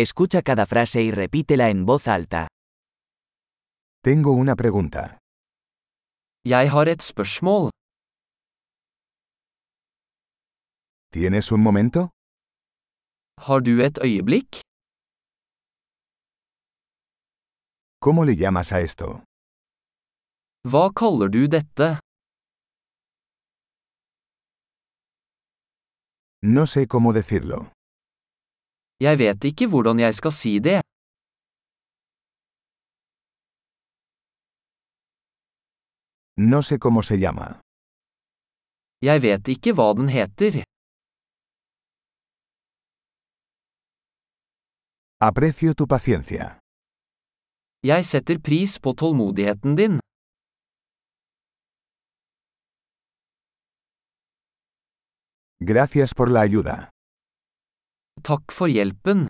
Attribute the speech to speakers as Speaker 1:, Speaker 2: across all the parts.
Speaker 1: Escucha cada frase y repítela en voz alta.
Speaker 2: Tengo una pregunta.
Speaker 3: Jeg har et spørsmål.
Speaker 2: ¿Tienes un momento?
Speaker 3: Har du et øyeblikk?
Speaker 2: ¿Cómo le llamas a esto?
Speaker 3: Hva kaller du dette?
Speaker 2: No sé cómo decirlo.
Speaker 3: Jeg vet ikke hvordan jeg skal si det.
Speaker 2: No sé cómo se llama.
Speaker 3: Jeg vet ikke hva den heter.
Speaker 2: Aprecio tu paciencia.
Speaker 3: Jeg setter pris på tålmodigheten din.
Speaker 2: Gracias por la ayuda.
Speaker 3: Takk for hjelpen.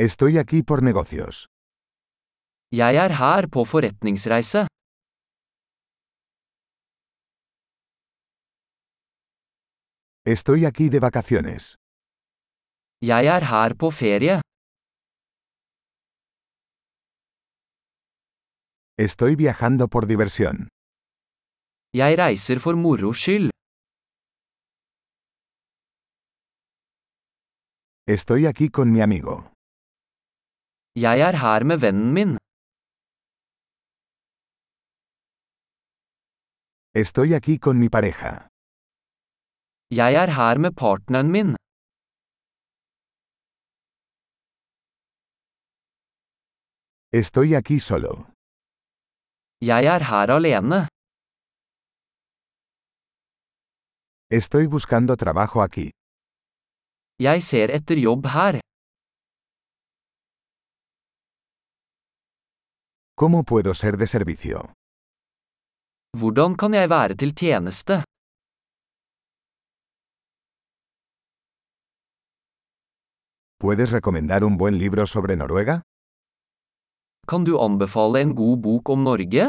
Speaker 2: Estoy aquí por negocios.
Speaker 3: Jeg er her på forretningsreise.
Speaker 2: Estoy aquí de vacaciones.
Speaker 3: Jeg er her på ferie.
Speaker 2: Estoy viajando por diversión.
Speaker 3: Jeg reiser for moro skyld.
Speaker 2: Estoy aquí con mi amigo.
Speaker 3: Jeg er her med vennen min.
Speaker 2: Estoy aquí con mi pareja.
Speaker 3: Jeg er her med partneren min.
Speaker 2: Estoy aquí solo.
Speaker 3: Jeg er her alene.
Speaker 2: Estoy buscando trabajo aquí.
Speaker 3: Jeg ser etter jobb her.
Speaker 2: ¿Cómo puedo ser de servicio?
Speaker 3: Hvordan kan jeg være til tjeneste?
Speaker 2: ¿Puedes recomendar un buen libro sobre Noruega?
Speaker 3: Kan du anbefale en god bok om Norge?